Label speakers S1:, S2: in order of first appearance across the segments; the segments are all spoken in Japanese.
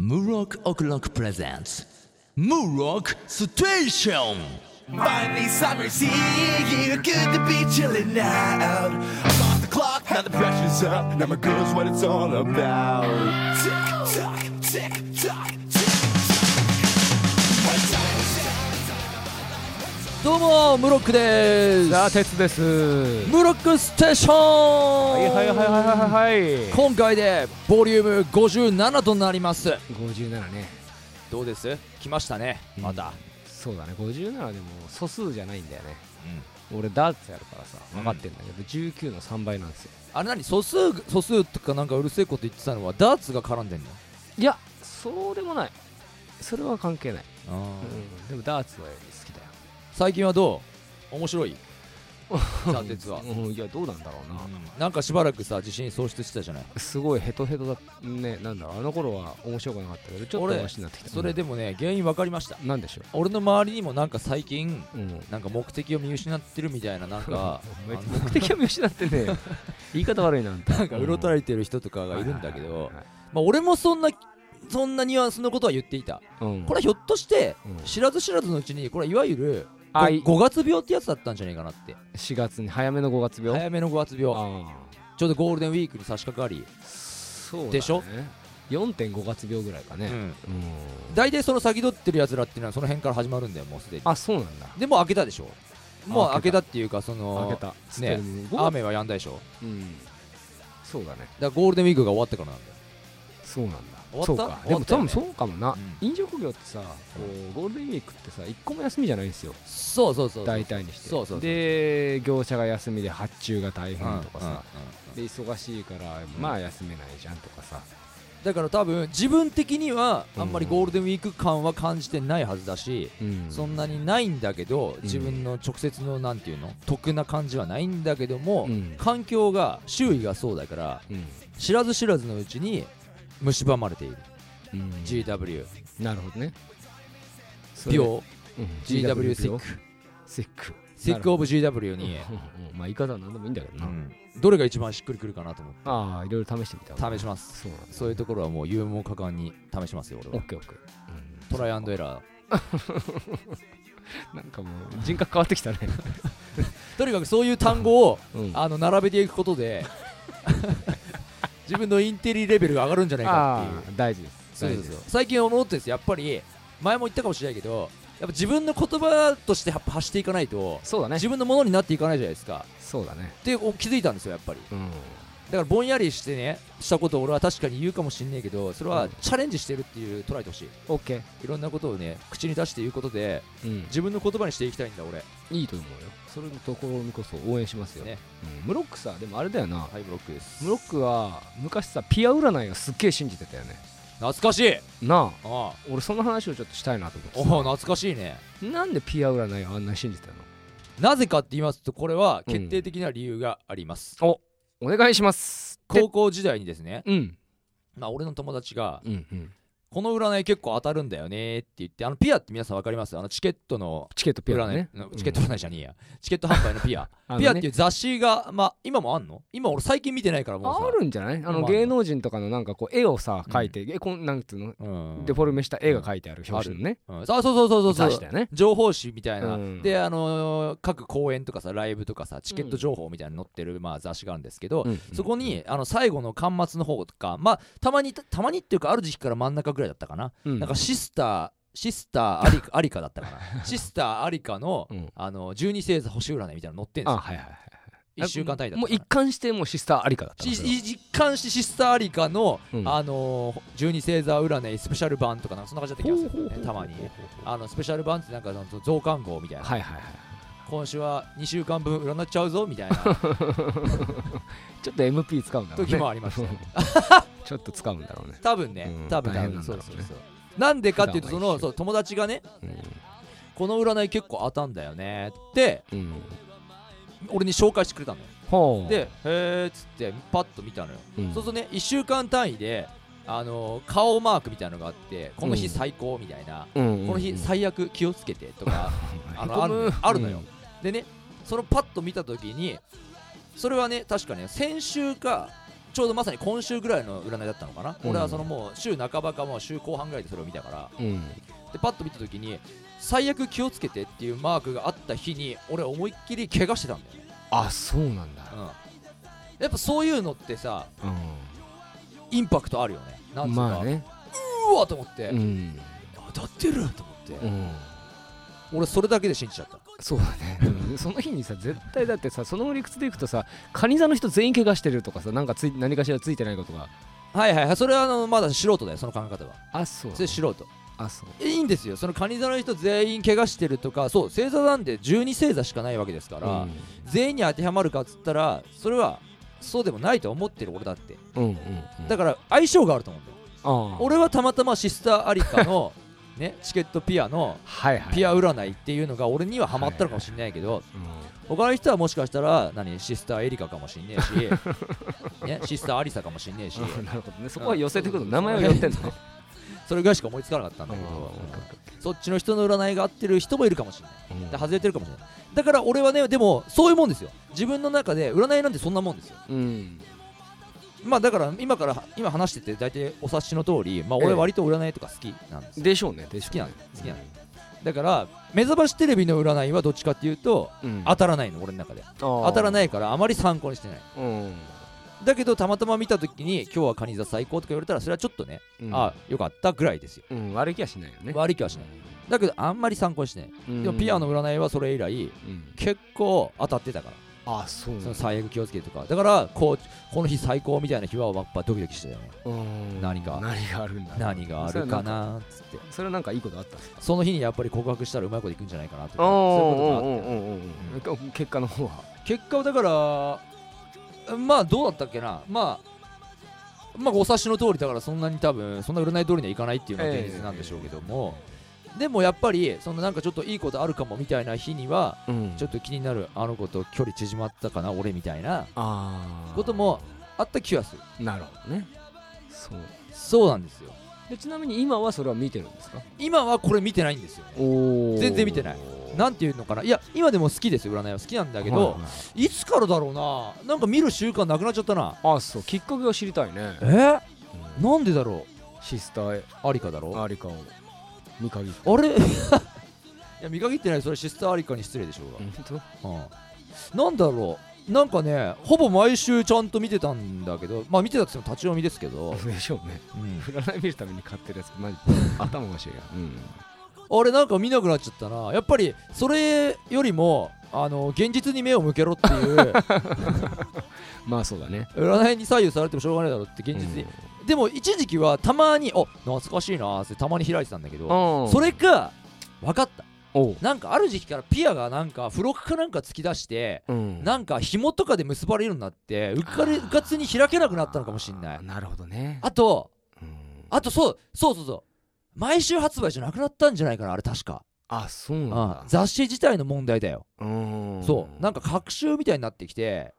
S1: Murok O'Clock presents Murok Station!
S2: Finally, summer's here. Good to be chilling out. I'm off the clock, now the pressure's up. Now my girl's what it's all about. Tick tock, tick tock, tick tock.
S1: どうもムロックです
S3: じゃあ鉄ですは
S1: ムロックステーションはい
S3: はいはいはいはいはい
S1: 今回でボリューム57となります
S3: 57ね
S1: どうです来ましたねまた、
S3: そうだね57でも素数じゃないんだよね俺ダーツやるからさ分かってんだけど、19の3倍なんですよ
S1: あれ何素数素数とかなんかうるせえこと言ってたのはダーツが絡んでんの
S3: いやそうでもないそれは関係ない、
S1: あー
S3: うん、でもダーツは好きだよ
S1: 最近はどう面白いダー ツは、
S3: うん、いやどうなんだろうな、
S1: なんかしばらくさ自信喪失してたじゃない
S3: すごいヘトヘトだねなんだろうあの頃は面白くなかったけどちょっと
S1: 俺
S3: マシになってきた
S1: それでもね原因分かりました
S3: うんなんでしょ
S1: 俺の周りにもなんか最近
S3: う、うん、
S1: なんか目的を見失ってるみたいななんか
S3: 別に 目的は見失ってねえよ 言い方悪いなあんた
S1: なんかうろた
S3: れ
S1: れてる人とかがいるんだけど、
S3: はい
S1: まあ、俺もそんなそんなニュアンスのことは言っていた
S3: うん、
S1: これはひょっとして
S3: うん
S1: 知らず知らずのうちにこれはいわゆる
S3: あい
S1: 5月病ってやつだったんじゃないかなって
S3: 4月に早めの5月病
S1: 早めの5月病
S3: あ
S1: ちょうどゴールデンウィークに差し掛かり、
S3: あそうだね
S1: でしょ
S3: 4.5月病ぐらいか
S1: う
S3: ね、
S1: ん、
S3: うん
S1: 大体その先取ってるやつらっていうのはその辺から始まるんだよもうすでに
S3: あそうなんだ
S1: でもう開けたでしょもう開けたっていうかそ
S3: 開け
S1: の
S3: たつってるのにご
S1: 雨はやんだでしょ
S3: うんそうだね
S1: だからゴールデンウィークが終わってからなんだよ
S3: そうなんだ
S1: 終わった
S3: そうか
S1: 終
S3: で
S1: わ
S3: も
S1: った
S3: 多
S1: よね
S3: 分そうかもな、
S1: うん
S3: 飲食業ってさこうゴールデンウィークってさ1個も休みじゃないんですよ
S1: そうそうそう
S3: 大体にして
S1: そうそうそう
S3: で業者が休みで発注が大変
S1: うん
S3: とかさ、で忙しいからまあ休めないじゃんとかさ、
S1: だから多分自分的には
S3: うん
S1: あんまりゴールデンウィーク感は感じてないはずだし、
S3: うん
S1: そんなにないんだけど自分の直接のなんていうの得な感じはないんだけども、
S3: うん
S1: 環境が周囲がそうだから
S3: うん、
S1: 知らず知らずのうちに蝕まれている
S3: うん、
S1: GW
S3: なるほどねそれ
S1: 病
S3: うん
S1: GW シック
S3: セック
S1: シックオブ GW に、
S3: うんうんまあ言い方は何でもいいんだけど
S1: う
S3: な、
S1: ん、どれが一番しっくりくるかなと思って
S3: ああいろいろ試してみた
S1: 試します
S3: そうなんだ
S1: そういうところはもう勇猛果敢に試しますよ俺
S3: オ
S1: は
S3: ッケーオッケー、
S1: トライアンドエラー
S3: うん、なんかもう人格変わってきたね、
S1: とにかくそう いう単語を
S3: うん
S1: あの並べていくこと で自分のインテリレベルが上がるんじゃないか
S3: あ
S1: っ
S3: あ大事です
S1: ていう
S3: 大事です
S1: 最近思ってですやっぱり前も言ったかもしれないけどやっぱ自分の言葉としてやっぱ発していかないと
S3: そうだね
S1: 自分のものになっていかないじゃないですか
S3: そうだね
S1: ってお気づいたんですよやっぱり
S3: うん
S1: だからぼんやりしてねしたことを俺は確かに言うかもしんないけどそれ
S3: う
S1: は
S3: ん
S1: チャレンジしてるっていう捉えてほしい
S3: オッケー
S1: いろんなことをね口に出して言うことで
S3: うん、
S1: 自分の言葉にしていきたいんだ俺
S3: いいと思うよそれのところにこそ応援しますよ、
S1: ね
S3: うん、ムロックさでもあれだよな、
S1: ハイブロックです
S3: ムロックは昔さピア占いをすっげえ信じてたよね
S1: 懐かしい
S3: なあ
S1: ああ
S3: 俺その話をちょっとしたいなと
S1: お
S3: 思
S1: お
S3: って
S1: 懐かしいね
S3: さなんでピア占いをあんなに信じてたの
S1: なぜかって言いますとこれは
S3: うん
S1: 決定的な理由があります、
S3: おお願いします
S1: 高校時代にですね、
S3: うん
S1: まあ、俺の友達が
S3: うんうん
S1: 「この占い結構当たるんだよね」って言ってあのピアって皆さん分かりますあのチケットの
S3: チケットピア
S1: 占
S3: ノ
S1: い、
S3: ね
S1: のチケット占いじゃねえや、チケット販売のピアピ
S3: ア
S1: アっていう雑誌が、まあ、今もあんの今俺最近見てないからもうさ
S3: あるんじゃないあ
S1: もうあん
S3: の
S1: の
S3: 芸能人とかのなんかこう絵をさ
S1: うん
S3: 描いて、えこんなんつうの、
S1: うん
S3: デフォルメした絵が描いてある表紙のね、
S1: うん、あそうそうそうそうそ
S3: 雑誌
S1: う
S3: だよね
S1: 情報誌みたいな、
S3: うん
S1: であのー各公演とかさライブとかさチケット情報みたいに載ってる、まあ、雑誌があるんですけど、
S3: うん
S1: そこに、あの最後の巻末の方とか、まあ、たまにたまにっていうかある時期から真ん中ぐらいだったかな、
S3: うん
S1: なんかシスターシスターアリ アリカだったかなシスターアリカの,、
S3: うん
S1: あの十二星座星占いみたいなの載ってんです
S3: あ
S1: よ
S3: はいはいはい
S1: 1週間単位だっ
S3: も
S1: た
S3: う
S1: かな
S3: 一貫してもうシスターありかだったの
S1: し
S3: それは
S1: 一貫してシスターアリカの、
S3: うん
S1: あのー十二星座占いスペシャル版とかなんかそんな感じだった気がするんだよねたまにあのスペシャル版ってなんかその増刊号みたいな、
S3: はいはいはい
S1: 今週は2週間分占っちゃうぞみたい な
S3: ちょっと MP 使うんだろうね
S1: 時もありましたよ
S3: ちょっと使うんだろうね、
S1: 多分ね、
S3: うん
S1: 多分多
S3: 大変
S1: 分
S3: なん
S1: そ
S3: だ
S1: う
S3: ろうね
S1: そうそうなんでかっていうと
S3: 普
S1: そ
S3: 段は一緒
S1: のそう友達がね
S3: う
S1: この占い結構当たんだよねって
S3: んうん、
S1: 俺に紹介してくれたのよ
S3: ほう
S1: で、へーっつってパッと見たのよ、
S3: うん
S1: そうするとね1週間単位であのー顔マークみたいなのがあってこの日最高みたいな、
S3: うんうんうん
S1: この日最悪気をつけてとかあのあ
S3: へこむ
S1: るあるのよ、でねそのパッと見た時にそれはね確かね先週かちょうどまさに今週ぐらいの占いだったのかな、
S3: うん
S1: 俺はそのもう週半ばかもう週後半ぐらいでそれを見たから
S3: うん
S1: でパッと見た時に最悪気をつけてっていうマークがあった日に俺思いっきり怪我してたんだよね、
S3: あそうなんだ
S1: うん、やっぱそういうのってさ
S3: う
S1: インパクトあるよねなんつうんか、
S3: まあね
S1: うわと思って、
S3: うん
S1: 当たってると思って、
S3: うん
S1: 俺それだけで信じちゃった
S3: そうだねうんその日にさ絶対だってさその理屈でいくとさカニ座の人全員怪我してるとかさなんかつい何かしらついてないことが
S1: はいはいはいそれはあのまだ素人だよその考え方は
S3: あそう
S1: それ素人
S3: あそう
S1: いいんですよそのカニ座の人全員怪我してるとかそう星座なんで12星座しかないわけですから、全員に当てはまるかっつったらそれはそうでもないと思ってる俺だって
S3: うんうんうん
S1: だ
S3: か
S1: から相性があると思うんだよ、
S3: ら俺
S1: 俺はたまたまシスターアリカ のねチケットピアの
S3: はいはい
S1: ピア占いっていうのが俺にはハマったのかもしれないけど
S3: う
S1: 他の人はもしかしたら何シスターエリカかもしんねえし、 ね、シスターアリサかもしんねえし
S3: んなるほどねそこは寄せてくる
S1: うん
S3: 名前を寄ってんの
S1: そうそれぐらいしか思いつかなかったんだけどそっちの人の占いが合ってる人もいるかもしれない
S3: うん
S1: で外れてるかもしれないだから俺はねでもそういうもんですよ自分の中で占いなんてそんなもんですよ
S3: うん
S1: まあだから今から今話してて大体お察しの通りまあ
S3: ええ
S1: 俺割と占いとか好きなんですよ
S3: でしょうねでしょ
S1: 好
S3: うね
S1: きなの好きなのだから目覚ましテレビの占いはどっちかっていうと
S3: うん
S1: 当たらないの俺の中で当
S3: 当
S1: たらないいからあまり参考にしてない
S3: うん
S1: だけどたまたま見た時に今日はカニ座最高とか言われたらそれはちょっとね
S3: うん
S1: ああよかったぐらいですよ
S3: うん悪い気はしないよね
S1: 悪い気はしないだけどあんまり参考にしてない
S3: うん
S1: でもピアの占いはそれ以来
S3: うん
S1: 結構当たってたから
S3: あそうなん
S1: その
S3: だ
S1: 最悪気をつけてとかだからこうこの日最高みたいな日はやっぱドキドキしてたよね
S3: うん
S1: 何が
S3: 何があるんだ
S1: 何があるかなーっつって
S3: それはなんかいいことあったんですか
S1: その日にやっぱり告白したらうまいこといくんじゃないかなとか
S3: お
S1: そういうことがあっ
S3: ーおーおーおーおーうん結果の方は
S1: て結果はだからまあどうだったっけなまあまあお察しの通りだからそんなに多分そんな占い通りにはいかないっていうのは現実なんでしょうけども、でもやっぱりそのなんかちょっといいことあるかもみたいな日にはちょっと
S3: と
S1: 気になるあの子と距離縮まったかな俺みたいな
S3: あー
S1: こともあった気がする
S3: なるほどねそう
S1: そうなんですよ
S3: でちなみに今はそれは見てるんですか
S1: 今はこれ見てないんですよね
S3: お
S1: 全然見てないなんていうのかないや今でも好きですよ占いは好きなんだけど、いつからだろうななんか見る習慣なくなっちゃったな
S3: あそうきっかけを知りたいね
S1: えー、
S3: うん
S1: なんでだろ
S3: シスター
S1: うアリカだろ
S3: アリカを見限って
S1: あれ いや見限ってないそれシスターアリカに失礼でしょう
S3: 本
S1: が、うん、なんだろうなんかねほぼ毎週ちゃんと見てたんだけどまあ見てたって言っても立ち読みですけど
S3: 当、でしょうね
S1: うん、
S3: 占い見るために買ってるやつ マジ頭おかしいやうん
S1: あれなんか見なくなっちゃったなやっぱりそれよりもあの現実に目を向けろっていう
S3: まあそうだね
S1: 占いに左右されてもしょうがないだろうって現実に、でも一時期はたまにお懐かしいなーってたまに開いてたんだけど
S3: うん
S1: それか分かった
S3: おう
S1: なんかある時期からピアがなんか付録かなんか突き出して
S3: うん
S1: なんか紐とかで結ばれるようになってうっかりうかつに開けなくなったのかもしんない
S3: あーなるほどね
S1: あと
S3: うん
S1: あとそうそうそうそう毎週発売じゃなくなったんじゃないかなあれ確か、
S3: あそうなん
S1: うん
S3: だ、
S1: 雑誌自体の問題だよ、
S3: うん
S1: そうなんか隔週みたいになってきて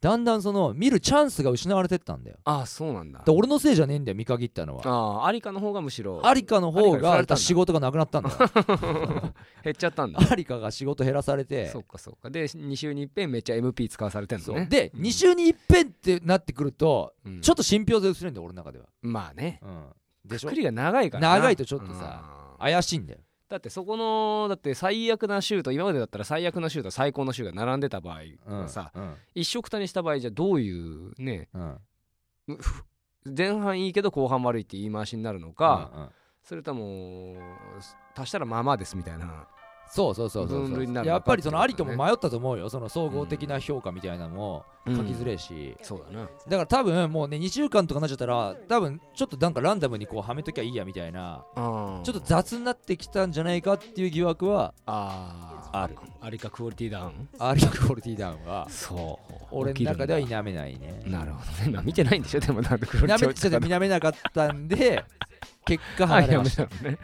S1: だんだんその見るチャンスが失われてったんだよ
S3: あそうなんだ
S1: で俺のせいじゃねえんだよ見限ったのは
S3: ああアリカの方がむしろ
S1: アリカの方
S3: アリカに振ら
S1: が
S3: れたんだ
S1: 仕事がなくなったんだ よ
S3: 減っちゃったんだ
S1: アリカが仕事減らされて
S3: そっかそっかで2週に一遍めっちゃ MP 使わされてん
S1: そ
S3: の
S1: う
S3: ね
S1: で、2週に一遍ってなってくると、ちょっ
S3: と
S1: と信憑性薄れんだよ俺の中では、
S3: まあね
S1: うん、で
S3: で
S1: し
S3: し
S1: ょ
S3: ょりが長いからな
S1: 長いとちょっとさ
S3: うん
S1: 怪しいんだよ
S3: だってそこのだって最悪な週と今までだったら最悪な週と最高の週が並んでた場合
S1: うん
S3: はさ、
S1: うん
S3: 一緒くたにした場合じゃどういうね
S1: うん
S3: ふ前半いいけど後半悪いって言い回しになるのか、
S1: うんうん
S3: それとも足したらまあまあですみたいな
S1: そうそうそうそう
S3: 分類になるのか
S1: やっぱりそのありと
S3: っ
S1: も
S3: てこと
S1: 迷ったと思うよその総合的な評価みたいなのも書きづれえし、
S3: そうだな
S1: だから多分もうね2週間とかなっちゃったら多分ちょっとなんかランダムにこうはめときゃいいやみたいなちょっと雑になってきたんじゃないかっていう疑惑は
S3: あー
S1: ある
S3: ありかクオリティダウン
S1: アリクオリティダウンは
S3: そう
S1: 俺の中では
S3: 起
S1: 否
S3: き
S1: めないね
S3: るんだなるほどねまあ見てないんでしょでもなんでクオリテ
S1: な
S3: ィ
S1: めちょっと 見なめなかったんで結果
S3: は
S1: 離
S3: い
S1: れ
S3: や
S1: ま
S3: め
S1: した
S3: たのね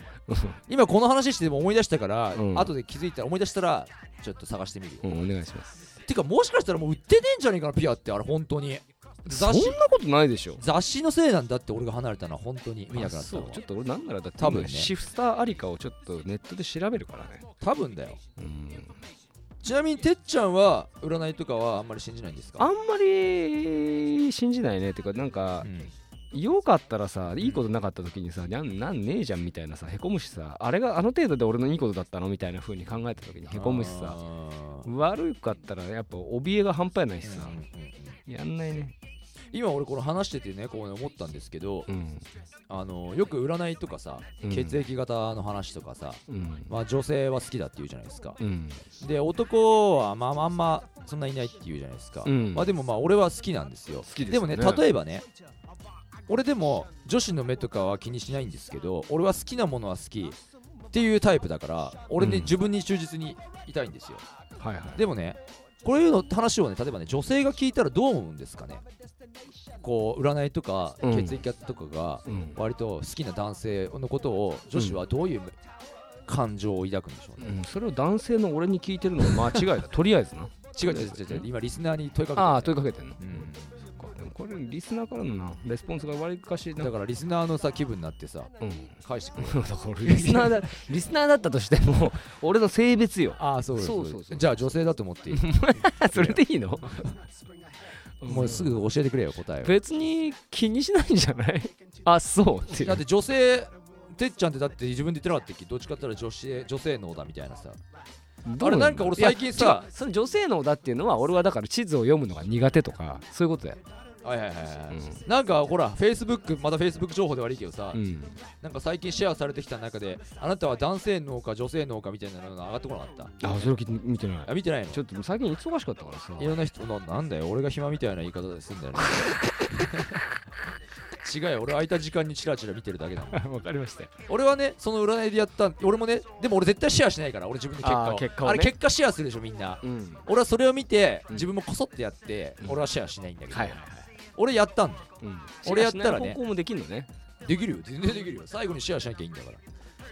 S1: 今この話してでも思い出したから、
S3: うん
S1: 後で気づいたら思い出したらちょっと探してみるよ、
S3: うんうんお願いします
S1: てかもしかしたらもう売ってねえんじゃねえかなピアってあれ本当に
S3: そ
S1: 雑
S3: ん
S1: 誌
S3: なことないでしょ
S1: 雑誌のせいなんだって俺が離れたのは本当に見なくな
S3: あ
S1: った
S3: そ
S1: の
S3: う
S1: は
S3: ちょっと俺なんならだって
S1: 多分ね
S3: 今シフターありかをちょっとネットで調べるからね
S1: 多分だよ
S3: うん
S1: ちちなみにてっちゃんは占いとかはあんまり信じないんです
S3: あん
S1: か
S3: まり信じないねっていうかなんか
S1: うん
S3: よかったらさいいことなかった時にさなんなんねえじゃんみたいなさへこむしさあれがあの程度で俺のいいことだったのみたいな風に考えた時にへこむしさ
S1: あー
S3: 悪かったらやっぱ怯えが半端ないし
S1: う
S3: さ
S1: んうんうん
S3: やんないね
S1: 今俺この話しててねこうね思ったんですけど、
S3: うん
S1: あのよく占いとかさ
S3: うん
S1: 血液型の話とかさ、
S3: うん
S1: まあ、女性は好きだって言うじゃないですか、
S3: うん
S1: で男はまあまああんまそんないないって言うじゃないですか、
S3: うん
S1: まあでもまあ俺は好きなんですよ
S3: 好きです
S1: で
S3: よ
S1: も
S3: ね
S1: ね例えばね俺でも女子の目とかは気にしないんですけど俺は好きなものは好きっていうタイプだから俺ね、
S3: うん
S1: 自分に忠実にいたいんですよ
S3: はいはい
S1: でもねこういうの話をね例えばね女性が聞いたらどう思うんですかねこう占いとか
S3: うん
S1: 血液型とかが
S3: うん
S1: 割と好きな男性のことを女子はどういう感情を抱くんでしょうね、
S3: うんそれを男性の俺に聞いてるのが間 違いだとりあえずな
S1: 違う違う違う違う今リスナーに問いかけてる
S3: ああ問いかけてんの
S1: うん
S3: そっかでもこれリスナーからのなレスポンスがわりかしな
S1: だからリスナーのさ気分になってさ
S3: うん
S1: 返してくれ
S3: だからリスナーだリスナーだったとしても俺の性別よ
S1: ああそう
S3: だ
S1: そう
S3: そうそうそう
S1: じゃあ女性だと思 っていい
S3: それでいいの
S1: もうすぐ教えてくれよ答えを
S3: 別に気にしないんじゃ ないあそうっていう
S1: だって女性てっちゃんってだって自分で言ってなかったっけどっちかって言ったら女性女性能だみたいなさあれなんか俺最近
S3: いや
S1: さ
S3: 違うその女性のだっていうのは俺はだから地図を読むのが苦手とかそういうことだよ、
S1: はいはいはいは
S3: う
S1: い、
S3: ん
S1: なんかほらフェイスブックまたフェイスブック情報で悪いけどさ、
S3: うん
S1: なんか最近シェアされてきた中であなたは男性能か女性能かみたいなのが上がってこなかっ
S3: あそれ聞いて見てない
S1: たあ見てないの
S3: ちょっと最近忙しかったから さ
S1: いろんな人ななんだよ俺が暇みたいな言い方ですんだよね 違うよ俺空いた時間にチラチラ見てるだけだもん
S3: わかりましたよ
S1: 俺はねその占いでやった俺もねでも俺絶対シェアしないから俺自分の結果
S3: あ
S1: を
S3: ー結果をね
S1: あれ結果シェアするでしょみんな
S3: うんは
S1: 俺はそれを見て
S3: うん
S1: 自分もこそってやって、
S3: うん
S1: 俺はシェアしないんだけ
S3: い
S1: ど、
S3: はいはい、
S1: 俺やったんだよ
S3: うん、
S1: 俺やったらね
S3: シェアしない方向もできるのね
S1: できるよ全然できるよ最後にシェアしなきゃいいんだから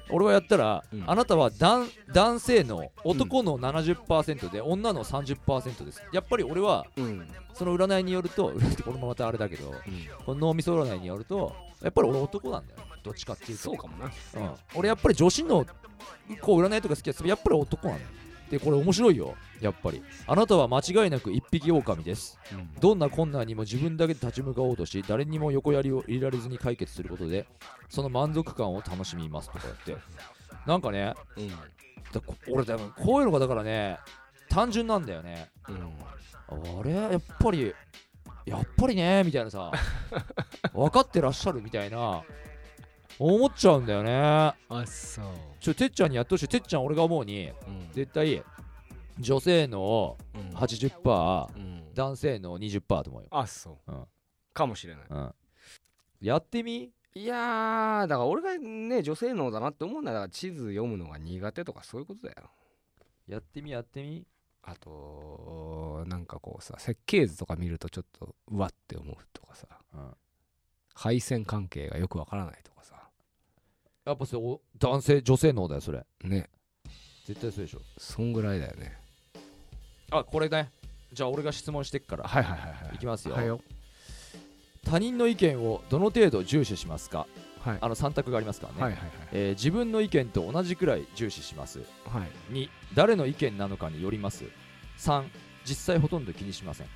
S1: 俺はやったら、
S3: うん
S1: あなたは男男性の男の70%で、女の30%ですやっぱり俺は
S3: うん、うん、
S1: その占いによると 占いってこれもまたあれだけどこの脳みそ占いによるとやっぱり俺男なんだよどっちかっていうと
S3: そうかもな
S1: うん、俺やっぱり女子のこう占いとか好きやつやっぱり男なんだよでこれ面白いよやっぱりあなたは間違いなく一匹狼ですどんな困難にも自分だけで立ち向かおうとし誰にも横やりを入れられずに解決することでその満足感を楽しみますとかやってなんかね
S3: うん
S1: だこ俺多分こういうのがだからね単純なんだよね
S3: うん
S1: あれやっぱりやっぱりねみたいなさ分かってらっしゃるみたいな思っちゃうんだよね
S3: あそう、
S1: ちょてっちゃんにやってほしいてっちゃん俺が思うに
S3: うん
S1: 絶対女性の
S3: うん
S1: 80%
S3: うん
S1: 男性の20%と思うよ、
S3: あそう、
S1: うん
S3: かもしれない
S1: うん、やってみ
S3: いやーだから俺がね女性能だなって思うなら地図読むのが苦手とかそういうことだよ
S1: やってみやってみ
S3: あとなんかこうさ設計図とか見るとちょっとうわって思うとかさ
S1: うん
S3: 配線関係がよくわからないとかさ
S1: やっぱそれお男性女性のだよそれ
S3: ね
S1: 絶対そうでしょ
S3: そんぐらいだよね
S1: あこれねじゃあ俺が質問してっから
S3: はいはいはいはい
S1: きますよ
S3: はいよ
S1: 他人の意見をどの程度重視しますか
S3: はい
S1: あの3択がありますからね、
S3: はいはい
S1: えー自分の意見と同じくらい重視します
S3: はいはい
S1: 2誰の意見なのかによります3実際ほとんど気にしません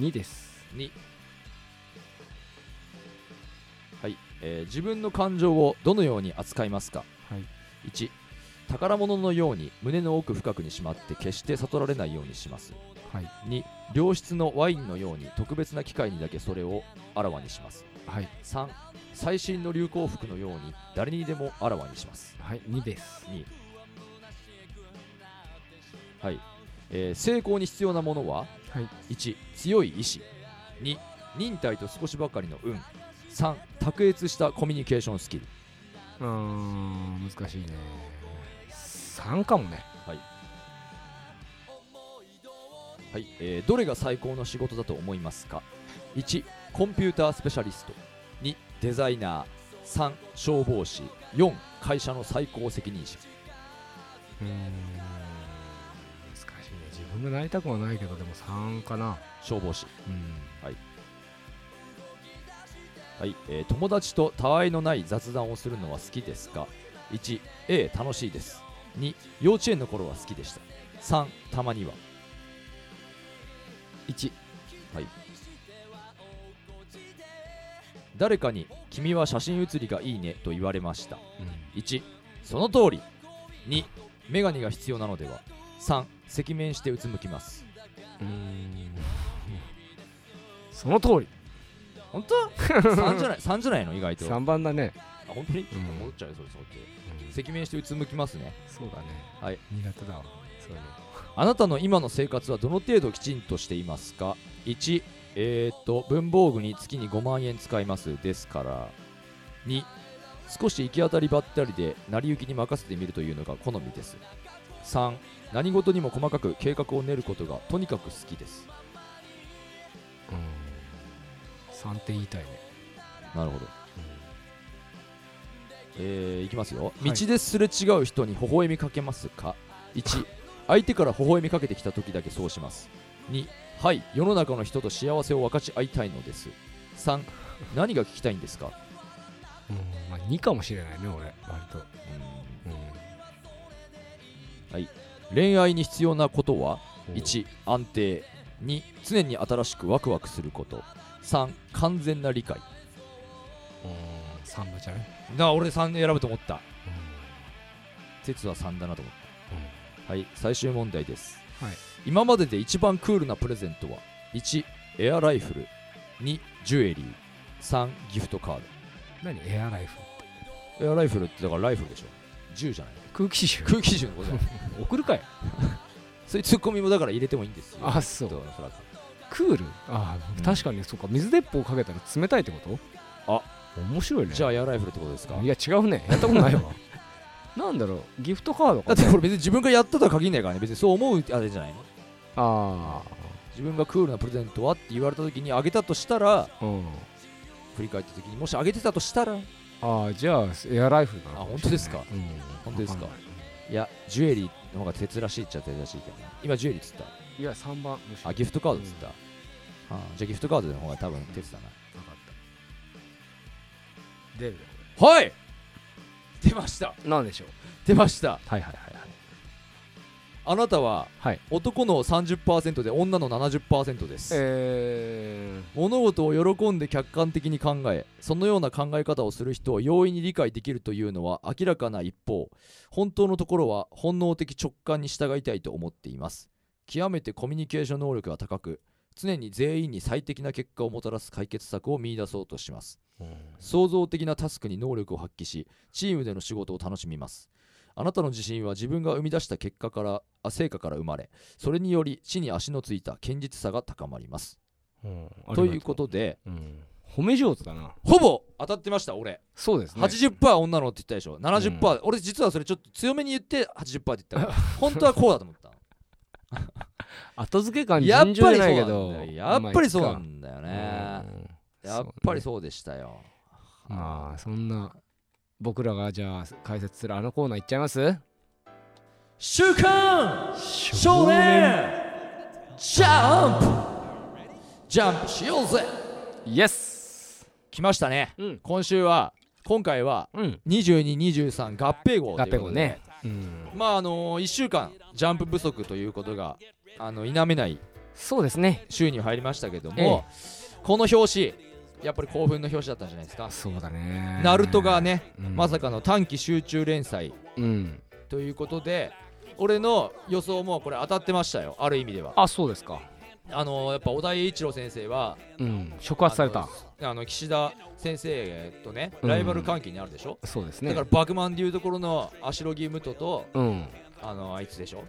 S3: 2です
S1: 2はい、えー自分の感情をどのように扱いますか
S3: はい
S1: 1宝物のように胸の奥深くにしまって決して悟られないようにします
S3: はい
S1: 2良質のワインのように特別な機会にだけそれをあらわにします
S3: はい
S1: 3最新の流行服のように誰にでもあらわにします
S3: はい2です
S1: 2はい、えー成功に必要なものは
S3: はい
S1: 1強い意志2忍耐と少しばかりの運3卓越したコミュニケーションスキル
S3: うーん難しいね3かもね
S1: はい、えーどれが最高の仕事だと思いますか1コンピュータースペシャリスト2デザイナー3消防士4会社の最高責任者
S3: うーん難しいね自分がなりたくはないけどでも3かな
S1: 消防士
S3: うん
S1: はい、えー友達とたわいのない雑談をするのは好きですか 1A 楽しいです2幼稚園の頃は好きでした3たまには
S3: 1
S1: 誰かに「君は写真写りがいいね」と言われました1その通り2メガネが必要なのでは3赤面してうつむきます
S3: うんその通り
S1: 本当 ?3 じゃない3じゃないの意外とあ
S3: 3番だね
S1: 本当に、
S3: うん
S1: 戻っちゃうよそれそっち赤面してうつむきますね
S3: そうだね
S1: はい
S3: 苦手だわそういうの
S1: あなたの今の生活はどの程度きちんとしていますか1えー、っと文房具に月に5万円使いますですから2少し行き当たりばったりで成り行きに任せてみるというのが好みです3何事にも細かく計画を練ることがとにかく好きです
S3: うん3点言いたいね
S1: なるほどえー、いきますよ、
S3: はい
S1: 道ですれ違う人に微笑みかけますか1相手から微笑みかけてきた時だけそうします2はい世の中の人と幸せを分かち合いたいのです3何が聞きたいんですか
S3: うんまあ2かもしれないね俺割と
S1: 恋愛に必要なことは
S3: うん
S1: 1安定2常に新しくワクワクすること3完全な理解
S3: うん3番じゃね
S1: な俺3選ぶと思った哲は3だなと思ったはい最終問題です、
S3: はい
S1: 今までで一番クールなプレゼントは1エアライフル2ジュエリー3ギフトカー
S3: 何エアライフ
S1: ドエアライフルってだからライフルでしょ銃じゃない
S3: 空気臭
S1: 空気銃のことじゃ ない
S3: 送るかい
S1: そういうツッコミもだから入れてもいいんですよ
S3: あそ
S1: きっ
S3: う
S1: とおそらく
S3: クールあ
S1: うん
S3: 確かにそうか水鉄砲かけたら冷たいってこと
S1: あ
S3: 面白いね
S1: じゃあエアライフルってことですか
S3: いや違うねやったことないわ なんだろうギフトカード
S1: だ
S3: か
S1: ってこれ別に自分がやったとは限らないからね別にそう思うあれじゃないの
S3: あ
S1: 自分がクールなプレゼントはって言われた時にあげたとしたら
S3: あうん
S1: 振り返った時にもしあげてたとしたらい
S3: ああじゃあエアライフルなのもしれな
S1: あ本当で
S3: い
S1: すか
S3: うん
S1: 本当ですか
S3: わんない
S1: やジュエリーの方が鉄らしいっちゃ鉄らしいけどね今ジュエリーっつった
S3: いや3番むしろ
S1: あギフトカードっつった、あじゃあギフトカードの方が多分出てたな
S3: 分かった出る
S1: はい出ました
S3: なんでしょう
S1: 出ました
S3: はいはいはいはい
S1: あなたは、
S3: はい
S1: 男の30%で女の70%です、
S3: え
S1: 物事を喜んで客観的に考えそのような考え方をする人を容易に理解できるというのは明らかな一方本当のところは本能的直感に従いたいと思っています極めてコミュニケーション能力が高く常に全員に最適な結果をもたらす解決策を見出そうとします
S3: ー
S1: 創造的なタスクに能力を発揮しチームでの仕事を楽しみますあなたの自信は自分が生み出した結果からあ成果から生まれそれにより地に足のついた堅実さが高まります
S3: うん
S1: ということで
S3: うん褒め上手だな
S1: ほぼ当たってました俺、
S3: そうですね
S1: 80%女のって言ったでしょ70%、俺実はそれちょっと強めに言って80%って言ったから 本当はこうだと思った
S3: 後付け感
S1: やっ
S3: 尋
S1: ぱ
S3: 常
S1: り
S3: じゃないけ
S1: そう
S3: ど
S1: なんだよやっぱりそうな
S3: ま
S1: んだよ
S3: あ
S1: ね
S3: いっかうん
S1: やっぱりそうでしたよ
S3: まあそんな僕らがじゃあ解説するあのコーナーいっちゃいます
S1: 週刊少年ジャンプジャンプしようぜ
S3: イエス
S1: 来ましたね、
S3: うん
S1: 今週は今回は
S3: うん
S1: 2223合併号
S3: 合
S1: という
S3: 併
S1: こ
S3: 号
S1: とで
S3: ねうん
S1: まああのー、1週間ジャンプ不足ということがあの否めない
S3: そうですね
S1: 週に入りましたけども、
S3: ええ
S1: この表紙やっぱり興奮の表紙だったんじゃないですか、
S3: そうだね
S1: ナルトがね、
S3: うん
S1: まさかの短期集中連載
S3: うん
S1: ということで俺の予想もこれ当たってましたよある意味では
S3: あそうですか
S1: あのやっぱ小田栄一郎先生は
S3: うん触発された
S1: あのあの岸田先生とね
S3: うん
S1: ライバル関係にあるでしょ、
S3: そうです
S1: だか
S3: ね
S1: らバクマンでいうところのアシロギムトと
S3: うん
S1: あのあいつでしょ、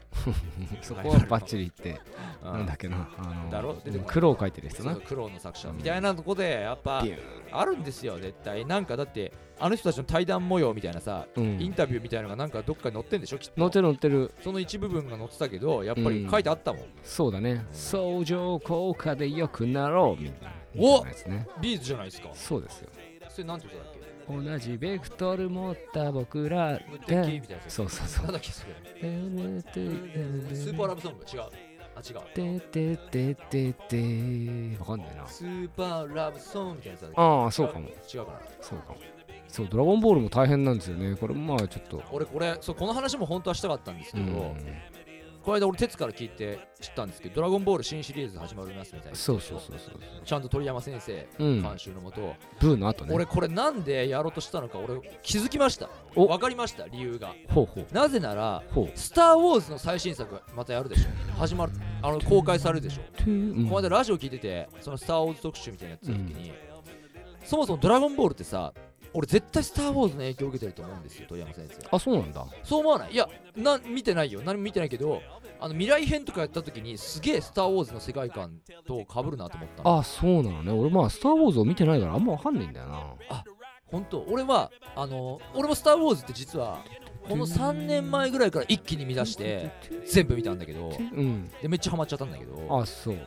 S3: そこはバッチリいって
S1: うん
S3: なんだっけなあの
S1: だろ出てこない
S3: 苦労書いてる人
S1: そ
S3: な
S1: う苦労の作者みたいなとこでやっぱ
S3: ビュ
S1: あるんですよ絶対なんかだってあの人たちの対談模様みたいなさ
S3: う
S1: イン
S3: ん
S1: タビューみたいなのがなんかどっかに載ってんでしょきっ
S3: 乗
S1: と
S3: ってる乗ってる
S1: その一部分が載ってたけどやっぱり書いてあったもん、
S3: そうだね相乗効果で良くなろうみたいな
S1: お
S3: みたいなやつね
S1: ビーズじゃないですか
S3: そうですよ
S1: それなんてことだっけ
S3: 同じベクトル持った僕ら
S1: 無敵
S3: で
S1: みたいなやつ
S3: そうそうそ
S1: なん
S3: う
S1: だっけそれ
S3: ス
S1: スー
S3: ー
S1: パーラブソング違うあ違う
S3: てててててわかんないな
S1: スーパーラブソングみたいなやつだっ
S3: ああそうかも
S1: け違うかな
S3: そうかもそうドラゴンボールも大変なんですよねこれまあちょっと
S1: 俺これそうこの話も本当はしたかったんですけど、
S3: うん
S1: この間俺鉄から聞いて知ったんですけど「ドラゴンボール新シリーズ始まります」みたいな
S3: そうそうそうそう
S1: ちゃんと鳥山先生
S3: そううん
S1: 監修のもと、
S3: ブーの後ね
S1: 俺これなんでやろうとしたのか俺気づきました
S3: お
S1: 分かりました理由が
S3: ほうほう
S1: なぜなら
S3: ほう
S1: 「スター・ウォーズ」の最新作またやるでしょ始まるあの公開されるでしょ
S3: トゥーうん
S1: この間ラジオ聞いててその「スター・ウォーズ」特集みたいなやつの時に、
S3: う
S1: そもそも「ドラゴンボール」ってさ俺絶対「スター・ウォーズ」の影響を受けてると思うんですよ鳥山先生
S3: あそうなんだ
S1: そう思わないいやな見てないよ何も見てないけどあの未来編とかやった時にすげえ「スター・ウォーズ」の世界観と被るなと思ったの
S3: あそうなのね俺まあ「スター・ウォーズ」を見てないからあんまわかんないんだよな
S1: 本当俺はあの俺も「スター・ウォーズ」って実はこの3年前ぐらいから一気に見出して全部見たんだけど
S3: うん
S1: でめっちゃハマっちゃったんだけど
S3: あそう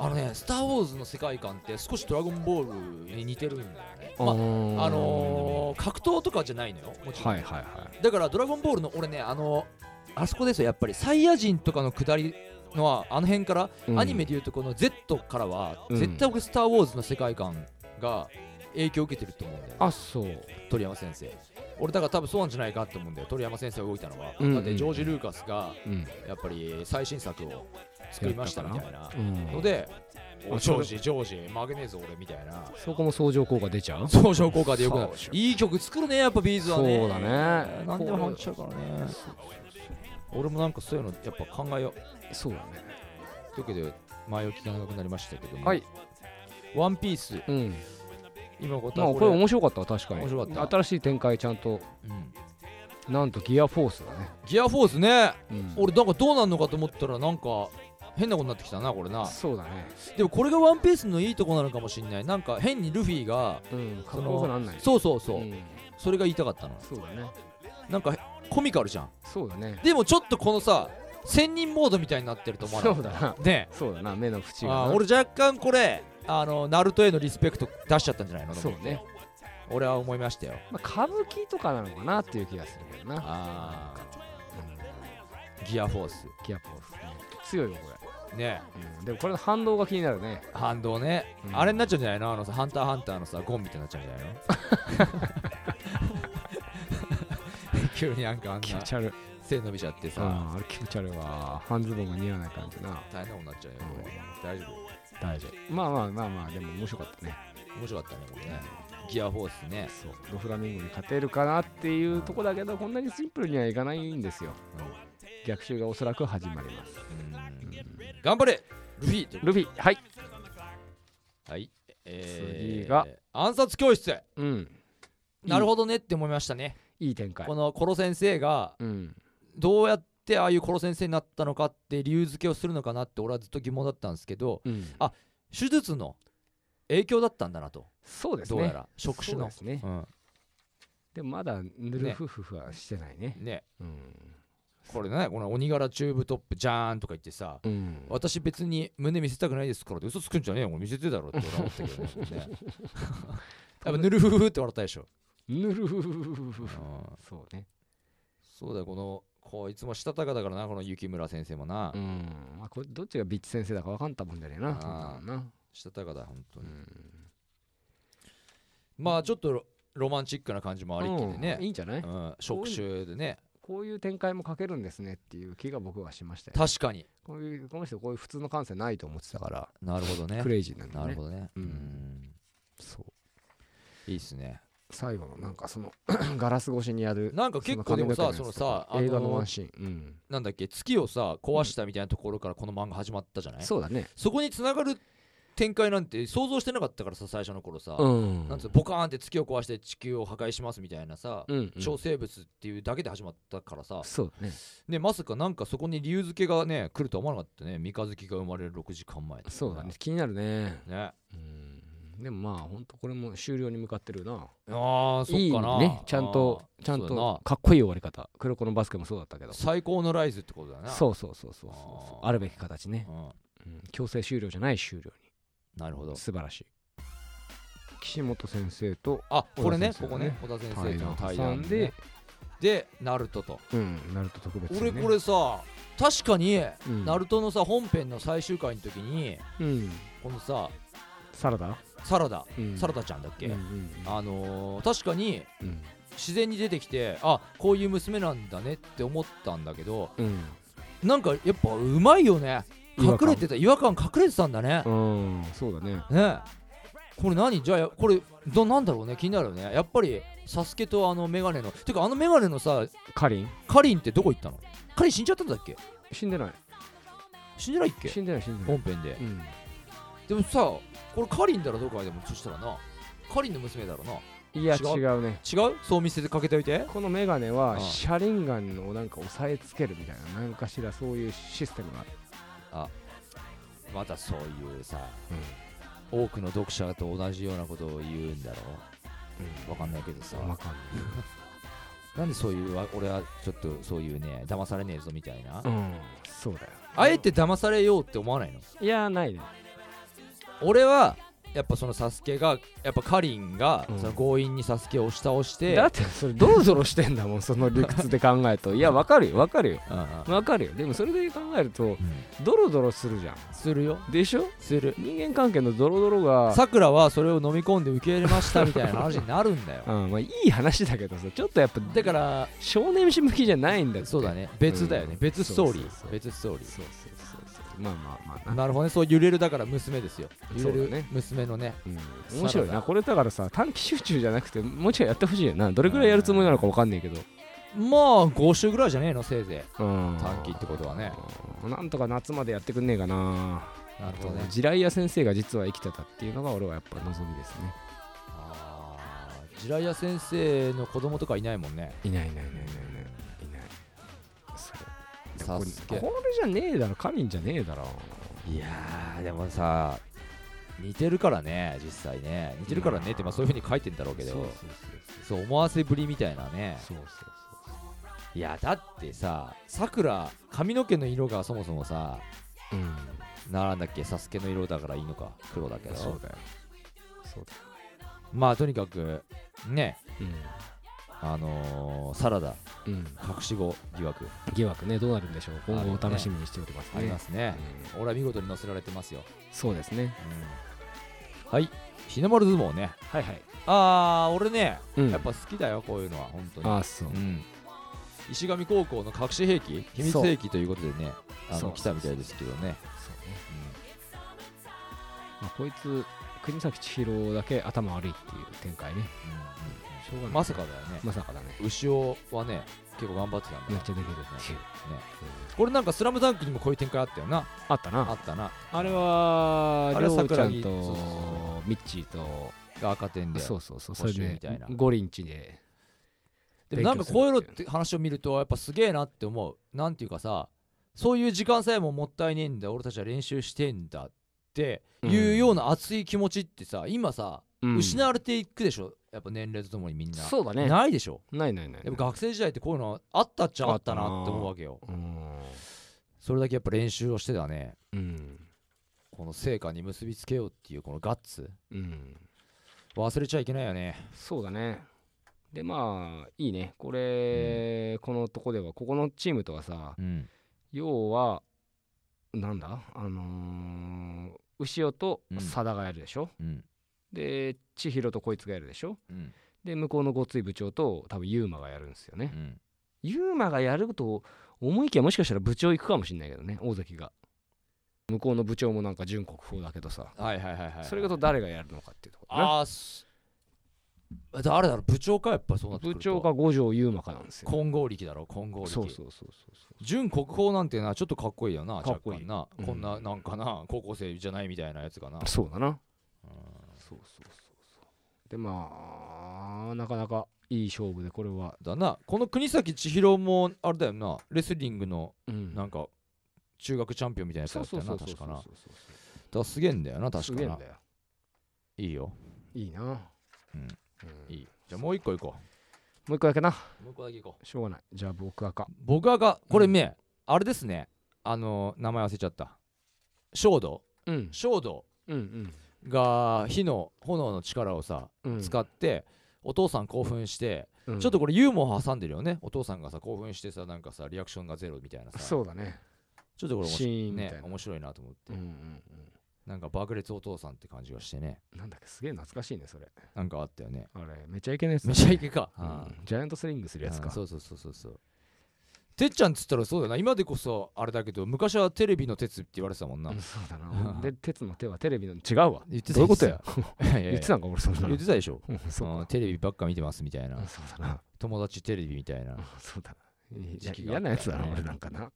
S1: あのね、スター・ウォーズの世界観って少しドラゴンボールに似てるんだよね。ま
S3: ー
S1: あ、あのー格闘とかじゃないのよ、もちろん。
S3: はいはいはい
S1: だから、ドラゴンボールの俺ね、あのあそこですよ、やっぱり、サイヤ人とかのくだりのは、あの辺から、
S3: うん
S1: アニメでいうと、この Z からは、
S3: うん
S1: 絶対僕、スター・ウォーズの世界観が影響を受けてると思うんだよ、
S3: あそう
S1: 鳥山先生。俺、だから多分そうなんじゃないかと思うんだよ、鳥山先生が動いたのは。
S3: うんうん
S1: だって、ジョージ・ルーカスが、
S3: うん
S1: やっぱり最新作を作りましたみたいな
S3: う。ん
S1: ので、
S3: うん
S1: おジョージ、ジョージ、マグネーズ俺みたいな、
S3: そこも相乗効果出ちゃう
S1: 相乗効果でよくなる
S3: 相乗。
S1: いい曲作るね、やっぱビーズはね。
S3: そうだね
S1: 何でもハマっちゃうからね。俺もなんかそういうのやっぱ考えよ
S3: そうだね
S1: う。というわけで、前置きが長くなりましたけども、
S3: はい
S1: ワンピース、
S3: うん
S1: 今こ
S3: まあこれ面白かったわ確かに
S1: 面白かった
S3: 新しい展開ちゃんと
S1: うん
S3: なんとギアフォースだね
S1: ギアフォースね、
S3: うん
S1: 俺なんかどうなんのかと思ったら、なんか変なことになってきたな、これな。
S3: そうだね
S1: でもこれがワンピースのいいとこなのかもしんない。なんか変にルフィが、
S3: うんか
S1: そ
S3: っ
S1: の
S3: こよくなんない
S1: そうそうそう、
S3: ん
S1: それが言いたかったの。
S3: そうだね
S1: なんかコミカルじゃん。
S3: そうだね
S1: でもちょっとこのさ千人モードみたいになってると思わない
S3: そうだな
S1: ね
S3: そうだな目の
S1: え
S3: 縁が
S1: あ
S3: な
S1: ー俺若干これあのナルトへのリスペクト出しちゃったんじゃないの
S3: そうね
S1: 俺は思いましたよ
S3: まあ歌舞伎とかなのかなっていう気がするけどな
S1: あ
S3: うん
S1: ーギアフォース
S3: ギアフォースね強いよこ
S1: ね
S3: れうんでもこれの反動が気になるね
S1: え反動ね、
S3: うん
S1: あれになっちゃうんじゃないのあのさハンターハンターのさゴンみたいになっちゃうんじゃないの 急になんかあんな
S3: 気持ち悪い
S1: 背伸びちゃってさ、
S3: あーあれ気持ち悪いわ半ズボンが似合わない感じな
S1: 大変なことになっちゃうよ、これ大丈夫
S3: 大丈夫まあまあまあまあでも面白かったね
S1: 面白かったねこれねギアフォースね、
S3: そうドフラミンゴに勝てるかなっていうとこだけどこんなにシンプルにはいかないんですよ逆襲がおそらく始まります
S1: うん頑張れルフィという
S3: ルフィはい
S1: はい、えー、
S3: 次が
S1: 暗殺教室
S3: うん
S1: なるほどねって思いましたね、
S3: いい展開
S1: このコロ先生が
S3: うん
S1: どうやってああいうコロ先生になったのかって理由付けをするのかなって俺はずっと疑問だったんですけど
S3: うん
S1: あ手術の影響だったんだなと
S3: そうです
S1: ど
S3: ね
S1: うやら職種
S3: そう
S1: の
S3: ですね
S1: うん
S3: でもまだぬるふふふはしてないね
S1: ね
S3: うん
S1: これねこの鬼柄チューブトップじゃーんとか言ってさ
S3: うん
S1: 私別に胸見せたくないですからって嘘つくんじゃねえよお前見せてだろって俺は思ったけどね ねやっぱぬるふふって笑ったでしょ、
S3: ぬるふふふ
S1: う
S3: ふ
S1: ん
S3: そうね
S1: そうだよこのこいつもしたたかだからなこの雪村先生もな、
S3: うんまあこれどっちがビッチ先生だか分かんたもんじゃねえな
S1: あー
S3: そんなもんな
S1: したたかだ本当
S3: う
S1: に、
S3: ん
S1: まあちょっとロロマンチックな感じもありきで
S3: うんい
S1: ね、
S3: いんじゃない
S1: うん触手でね
S3: こういう展開も書けるんですねっていう気が僕はしましたよ
S1: 確かに
S3: こういうこの人こういう普通の感性ないと思ってたから
S1: なるほどね
S3: クレイジーなんだ
S1: なる
S3: ね
S1: ほどね
S3: う
S1: うんん
S3: そう
S1: いいっすね
S3: 最後のなんかその ガラス越しにやる
S1: なんか結構でもさそのさあ
S3: 映画のワ
S1: の
S3: ンシーン、うん
S1: なんだっけ月をさ壊したみたいなところからこの漫画始まったじゃない、
S3: そうだね
S1: そこに繋がる展開なんて想像してなかったからさ最初の頃さ、
S3: うん
S1: なんつうのボカーンって月を壊して地球を破壊しますみたいなさ、
S3: うんうん
S1: 超生物っていうだけで始まったからさ、
S3: そうだね
S1: ね、まさかなんかそこに理由付けがね来るとは思わなかったね三日月が生まれる6時間前って
S3: そうだね気になるね
S1: ね
S3: うんでもまあほんとこれも終了に向かってるな
S1: ああそ
S3: い
S1: っ
S3: い
S1: かな
S3: ねちゃんと
S1: あー
S3: ちゃん
S1: そうだな
S3: とかっこいい終わり方黒子のバスケもそうだったけど
S1: 最高のライズってことだな
S3: そうそうそうそうそうそう
S1: あー
S3: あるべき形ね、
S1: うん
S3: うん強制終了じゃない終了
S1: なるほど
S3: に素晴らしい岸本先生と
S1: あこれね
S3: 小
S1: ここ
S3: 田先生のね
S1: ね小田先生との対
S3: 対談
S1: 談で、
S3: で
S1: でナルトと
S3: うんナルト特別
S1: 俺これさ確かに
S3: うん
S1: ナルトのさ本編の最終回の時に
S3: うん
S1: このさ
S3: サラダ
S1: サラダ、
S3: うん
S1: サラダちゃんだっけ、
S3: うんうん
S1: あのー確かに
S3: うん
S1: 自然に出てきてあこういう娘なんだねって思ったんだけど
S3: うん
S1: なんかやっぱうまいよね
S3: 違和
S1: 隠
S3: 感
S1: れてた違和感隠れてたんだね
S3: うんそうだね
S1: ねこれ何じゃあこれどなんだろうね気になるよねやっぱりサスケとあのメガネのてかあのメガネのさ
S3: かりん
S1: カリンってどこ行ったのカリン死んじゃったんだっけ
S3: 死んでない
S1: 死んでないっけ
S3: 死んでない死んでない
S1: 本編で
S3: うん
S1: でもさこれカリンだらどうかでもそしたらなカリンの娘だろうない
S3: や
S1: 違
S3: 違
S1: う
S3: うね
S1: 違うそう見せてかけておいて
S3: このメガネ
S1: ああ
S3: は車輪ガンをなんか押さえつけるみたいな何かしらそういうシステムがある
S1: またそういうさ、多くの読者と同じようなことを言うんだろうわかんないけどさ
S3: わかん
S1: なんでそういうわ俺はちょっとそういうね騙されねえぞみたいな、
S3: ないうんそうだよ
S1: あえて騙されようって思わないの
S3: いやないね
S1: 俺はやっぱそのサスケがやっぱカリンが、
S3: うん
S1: その強引にサスケを押し倒して
S3: だってそれドロドロしてんだもんその理屈で考えると いやわかるよわかるよ
S1: うんうん
S3: わかるよでもそれで考えると
S1: うん
S3: ドロドロするじゃん
S1: するよ
S3: でしょ
S1: する
S3: 人間関係のドロドロが
S1: さくらはそれを飲み込んで受け入れましたみたいな話になるんだよ
S3: うんま あいい話だけどさちょっとやっぱ
S1: だから
S3: 少年誌向きじゃないんだって
S1: そうだね別だよね、
S3: うん
S1: 別ストーリー
S3: そうそうそう
S1: 別ストーリー
S3: そうそうそうそうまあまあまあな
S1: なるほどねそう揺れるだから娘ですよ揺れ
S3: そうだ
S1: る
S3: ね
S1: 娘のね
S3: うん面白い
S1: サラダ
S3: なこれだからさ短期集中じゃなくてもうちょいやってほしいよなどれくらいやるつもりなのかわかんないけど、
S1: まあ5週ぐらいじゃねえのせいぜ
S3: うん
S1: い短期ってことはね
S3: うんなんとか夏までやってくんねえかな
S1: なるほどね
S3: 地雷屋先生が実は生きてたっていうのが俺はやっぱ望みですね
S1: あージライア先生の子供とかいないもんね
S3: いないいないいないいないいないそれ
S1: サスケ
S3: これこれじゃねえだろカリンじゃねえだろ
S1: いやーでもさ似てるからね実際ね似てるからねってまあそういう風に書いてんだろうけど
S3: そうそう
S1: そう思わせぶりみたいなね
S3: そうそうそうそう
S1: いやだってささくら髪の毛の色がそもそもさ
S3: そう
S1: なんだっけサスケの色だからいいのか黒だけ
S3: うんそう
S1: ど
S3: だよそうだよ
S1: まあとにかくね
S3: う
S1: あのーサラダ
S3: ん、うん、
S1: 隠し子疑惑
S3: 疑惑ねどうなるんでしょう今
S1: ある
S3: 後
S1: よ
S3: お
S1: ね
S3: 楽しみにしておりますね
S1: ありますね、
S3: う
S1: 俺は見事に載せられてますよ、
S3: んそうですね
S1: はい日の丸相撲ね
S3: はいはい、
S1: あー俺ね、
S3: うん、
S1: やっぱ好きだよこういうのは本当に
S3: あそう
S1: うん、石上高校の隠し兵器秘密兵器ということでねあ
S3: そ
S1: の
S3: う
S1: 来たみたいですけどね
S3: そうね、まあ、こいつ国崎千尋だけ頭悪いっていう展開ね
S1: うん
S3: しょ
S1: う
S3: うがなんい
S1: まさかだよね
S3: まさかだね
S1: 牛尾はね結構頑張ってたんだ
S3: め
S1: よ
S3: っちゃできるっていう、
S1: ねこれなんか「スラムダンクにもこういう展開あったよな
S3: あった
S1: あ
S3: な
S1: ったな
S3: あれは
S1: あれ
S3: りょ
S1: は
S3: うちゃ
S1: 桜木
S3: んと
S1: そうそうそ
S3: ミッチーと
S1: 赤点で
S3: そうそうそうそ
S1: 募集
S3: れで
S1: みたいな
S3: ゴリンチで
S1: でもなんかこういうのって話を見るとやっぱすげえなって思うなんていうかさそういう時間さえももったいねえんだ俺たちは練習してんだっていうような熱い気持ちってさ今さ失
S3: う
S1: われていくでしょやっぱ年齢とともにみん
S3: ん
S1: な
S3: そうだね
S1: ないでしょ
S3: ないないない
S1: やっぱ学生時代ってこういうのあったっちゃあったなって思うわけよ
S3: うん
S1: それだけやっぱ練習をしてたね
S3: うん
S1: この成果に結びつけようっていうこのガッツ
S3: うん
S1: 忘れちゃいけないよね
S3: そうだね。でまあいいねこれ、このとこではここのチームとはさ
S1: うん
S3: 要はなんだあのー牛尾と
S1: うん
S3: 佐田がやるでしょ、
S1: うん
S3: で千尋とこいつがやるでしょ
S1: うん
S3: で向こうのごっつい部長と多分ユーマがやるんですよね
S1: う、ん
S3: ユーマがやると思いきやもしかしたら部長行くかもしれないけどね大関が向こうの部長もなんか純国宝だけどさ、
S1: はいはいはいはい
S3: それがと誰がやるのかっていうところね
S1: ああす誰だろう部長かやっぱそうなってくる
S3: 部
S1: と
S3: 長か五条ユーマかなんですよ
S1: 金剛力だろ金剛力
S3: そうそうそうそうそう
S1: 純国宝なんてなちょっとかっこいいよな
S3: かっこい
S1: 若
S3: い
S1: 干な、
S3: うん
S1: こんななんかな高校生じゃないみたいなやつかな
S3: そうだな
S1: うん
S3: そうそうそうそうでまあなかなかいい勝負でこれは、
S1: だなこの国崎千尋もあれだよなレスリングの
S3: うん
S1: なんか中学チャンピオンみたいなやつだ
S3: そう
S1: った
S3: そう
S1: よ
S3: そ
S1: な
S3: うそ
S1: 確かなだか
S3: うそうそうそう
S1: らすげえんだよな確
S3: す
S1: か
S3: げえん
S1: な
S3: だよ
S1: いいよ
S3: いいな
S1: うん
S3: う
S1: い
S3: ん
S1: いじゃあもう一個いこ
S3: もう一個だけな
S1: うもう一個だけいこう
S3: しょうがないじゃあ僕赤
S1: 僕はがこれね、あれですねあの名前忘れちゃった衝動
S3: うん
S1: 衝動
S3: うん
S1: が火の炎の力をさ
S3: うんうん
S1: 使って、お父さん興奮して、
S3: うん
S1: ちょっとこれユーモア挟んでるよねお父さんがさ興奮してさなんかさリアクションがゼロみたいなさ
S3: そうだね
S1: ちょっとこれ面
S3: シ
S1: 白い
S3: ーンみたい
S1: ね
S3: な、
S1: 面白いなと思って、
S3: うんうん
S1: なんか爆裂お父さんって感じがしてね
S3: うんなんだっけすげえ懐かしいねそれ
S1: なんかあったよね
S3: あれめちゃいけないやつだ
S1: め
S3: ね
S1: ちゃイケか、
S3: うんジャイアントスリングするやつ
S1: うん
S3: か
S1: そうそうそうそうそうてっちゃんっつったらそうだな今でこそあれだけど昔はテレビの鉄って言われてたもんな、
S3: うんそうだなで鉄の手はテレビの違うわ
S1: 言ってた
S3: どういうことや
S1: いやいやいや
S3: 言ってたんか俺そんなの
S1: 言ってたでしょ
S3: うんそう
S1: うんテレビばっか見てますみたいな
S3: うんそうだな
S1: 友達テレビみたいな
S3: うんそうだないや
S1: 時期があった
S3: 嫌
S1: よね
S3: なやつだな俺なんかな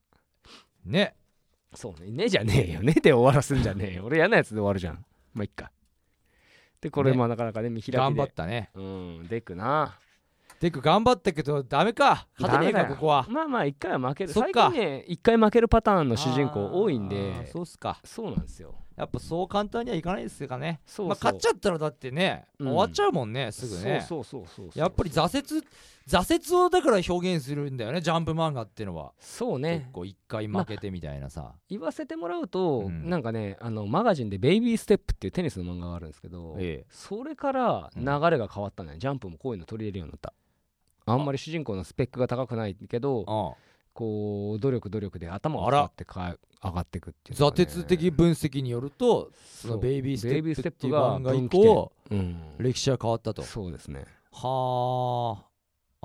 S1: ね
S3: そうねねじゃねえよねで終わらすんじゃねえよ俺嫌なやつで終わるじゃんまあいっかでこれ
S1: ね
S3: まあなかなかね見開きで
S1: 頑張ったね
S3: うんでくな
S1: てく頑張ったけどダメか勝てねえ
S3: ダ
S1: か
S3: メだよ
S1: ここは
S3: まあまあ一回は負ける
S1: そっ
S3: 最
S1: か
S3: 近ね一回負けるパターンの主人公多いんで
S1: あーそうっすか
S3: そうなんですよ
S1: やっぱそう簡単にはいかないですかね
S3: そうそう
S1: まあ、勝っちゃったらだってね、
S3: うん
S1: 終わっちゃうもんねすぐね
S3: そうそうそうそう
S1: やっぱり挫折挫折をだから表現するんだよねジャンプ漫画ってのは、
S3: そう
S1: 結
S3: ね
S1: 構一回負けてみたいなさ、
S3: 言わせてもらうと、
S1: うん
S3: なんかねあのマガジンで「ベイビーステップ」っていうテニスの漫画があるんですけど、
S1: ええ
S3: それから流れが変わったね、ジャンプもこういうの取り入れるようになったあんまり主人公のスペックが高くないけど
S1: ああ
S3: こう努力努力で頭を
S1: あら
S3: 使ってか上がっていくっていうの
S1: 挫
S3: がね、
S1: 折的分析によるとそのベイビーステップっていう漫画以降
S3: ベイビーステップが分岐点うん
S1: 歴史は変わったと
S3: そうですね
S1: はあ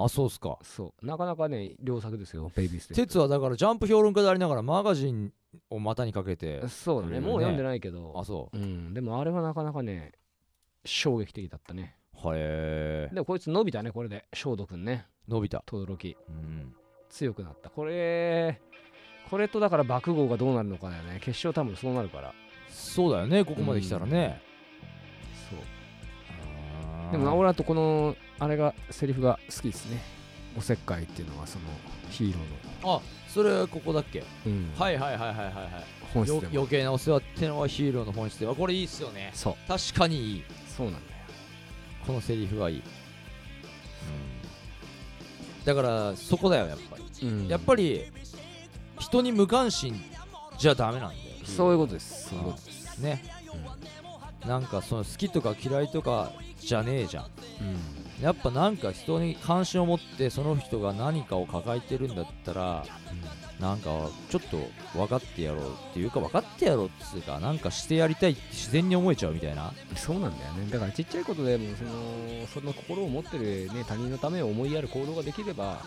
S1: あそうっすか
S3: そうなかなかね良作ですよベイビーステッ
S1: 哲はだからジャンプ評論家でありながらマガジンを股にかけて
S3: プそうだね
S1: うん
S3: もう読んでないけど
S1: あそう
S3: うん、でもあれはなかなかね衝撃的だったね
S1: はえ
S3: でもこいつ伸びたねこれで翔斗くんね
S1: 伸びた、
S3: 轟
S1: うん、
S3: 強くなったこれこれとだから爆豪がどうなるのかだよね決勝多分そうなるから
S1: そうだよねここまで来たらね、
S3: そう
S1: あー
S3: でもな俺あとこのあれがセリフが好きですねおせっかいっていうのはそのヒーロ
S1: あそれここだっけ、
S3: ーの、うん
S1: はいはいはいはいはいは
S3: 本
S1: いよ
S3: 質でも
S1: 余計なお世話ってのはヒーローの本質ではこれいいっすよね
S3: そう
S1: 確かにいい
S3: そうなんだよ
S1: このセリフはいい、だからそこだよやっぱり、
S3: うん
S1: やっぱり人に無関心じゃダメなんだよ
S3: そういうことですそういう
S1: あ
S3: ことです
S1: ーね、なんかその好きとか嫌いとかじゃねえじゃん
S3: うん
S1: やっぱなんか人に関心を持ってその人が何かを抱えてるんだったらなんかちょっと分かってやろうっていうか分かってやろうっつうかなんかしてやりたいって自然に思えちゃうみたいな
S3: そうなんだよねだからちっちゃいことでもそのその心を持ってる、ね、他人のためを思いやる行動ができれば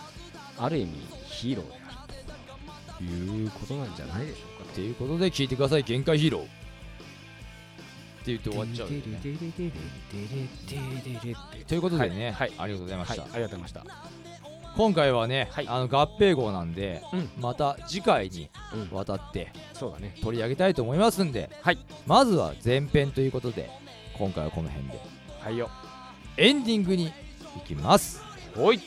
S3: ある意味ヒーローであるということなんじゃないでしょうか
S1: っていうことで聞いてください限界ヒーローって言って終わっちゃうよね、ということでね、
S3: はい
S1: ありがとうございま
S3: は
S1: し
S3: い、
S1: た、
S3: ありがとうございました。
S1: 今回はね、
S3: はい
S1: あの合併号なんで、
S3: うん
S1: また次回に
S3: うん
S1: わたって
S3: そうだね。
S1: 取り上げたいと思いますんで、
S3: はい
S1: まずは前編ということで今回はこの辺で
S3: はいよ。
S1: エンディングに行きます
S3: おい。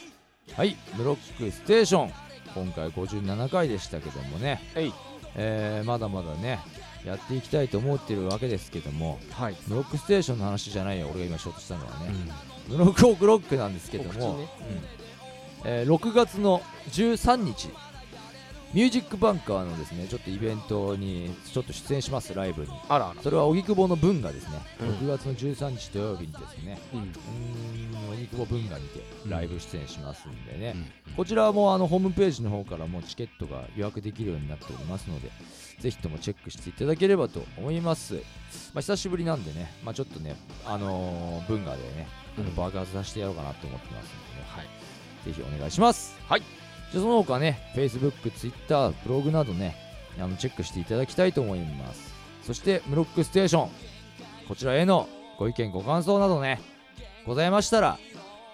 S1: はい「ブロックステーション」今回57回でしたけどもね、
S3: えい。
S1: えーまだまだねやっていきたいと思ってるわけですけども
S3: はい。
S1: ブロックステーションの話じゃないよ俺が今しようとしたのはね、
S3: ん。
S1: ブロックオブロックなんですけど
S3: 告
S1: も、
S3: 知ね
S1: えー6月の13日ミュージックバンカーのですねちょっとイベントにちょっと出演しますライブに
S3: あらあら。
S1: それは荻窪の文がですね、
S3: うん
S1: 6月の13日土曜日にですね
S3: うん。
S1: うーん荻窪文化にてライブ出演しますんでね、
S3: うん
S1: こちらはもうあのホームページの方からもうチケットが予約できるようになっておりますので、ぜひともチェックしていただければと思います。まあ、久しぶりなんでね、まあ、ちょっとね、あのー、文化でね、あの
S3: うん
S1: 爆発させてやろうかなと思ってますのでね、
S3: はい
S1: ぜひお願いします。
S3: はい。
S1: じゃあその他ね、Facebook、Twitter、ブログなどね、あのチェックしていただきたいと思います。そして、ムロックステーション、こちらへのご意見、ご感想などね、ございましたら、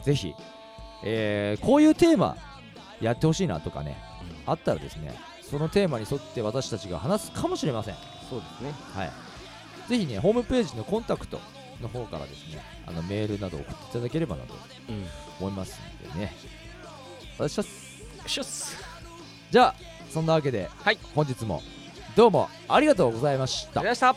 S1: ぜひ、えーこういうテーマやってほしいなとかね、あったらですね、そのテーマに沿って私たちが話すかもしれません。
S3: そうですね。
S1: はい。ぜひね、ホームページのコンタクトの方からですね、あのメールなど送っていただければなと
S3: うん。
S1: 思いますんでね。お願いします。
S3: しょっす。
S1: じゃあ、そんなわけで、
S3: はい
S1: 本日もどうもありがとうございました。
S3: あり
S1: じゃ
S3: が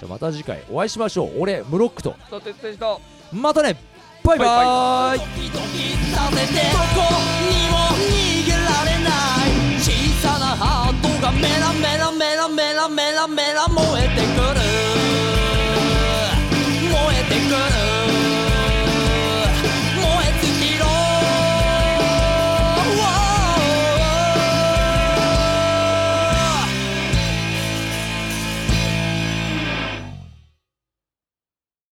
S3: とうござい
S1: あまた次回お会いしましょう。俺、ムロックと。
S3: ました。とてつでした。
S1: またねバイバーイ
S2: ドキドキさせてどこにも逃げられない小さなハートがメラメラメラメラメラメラ燃えてくる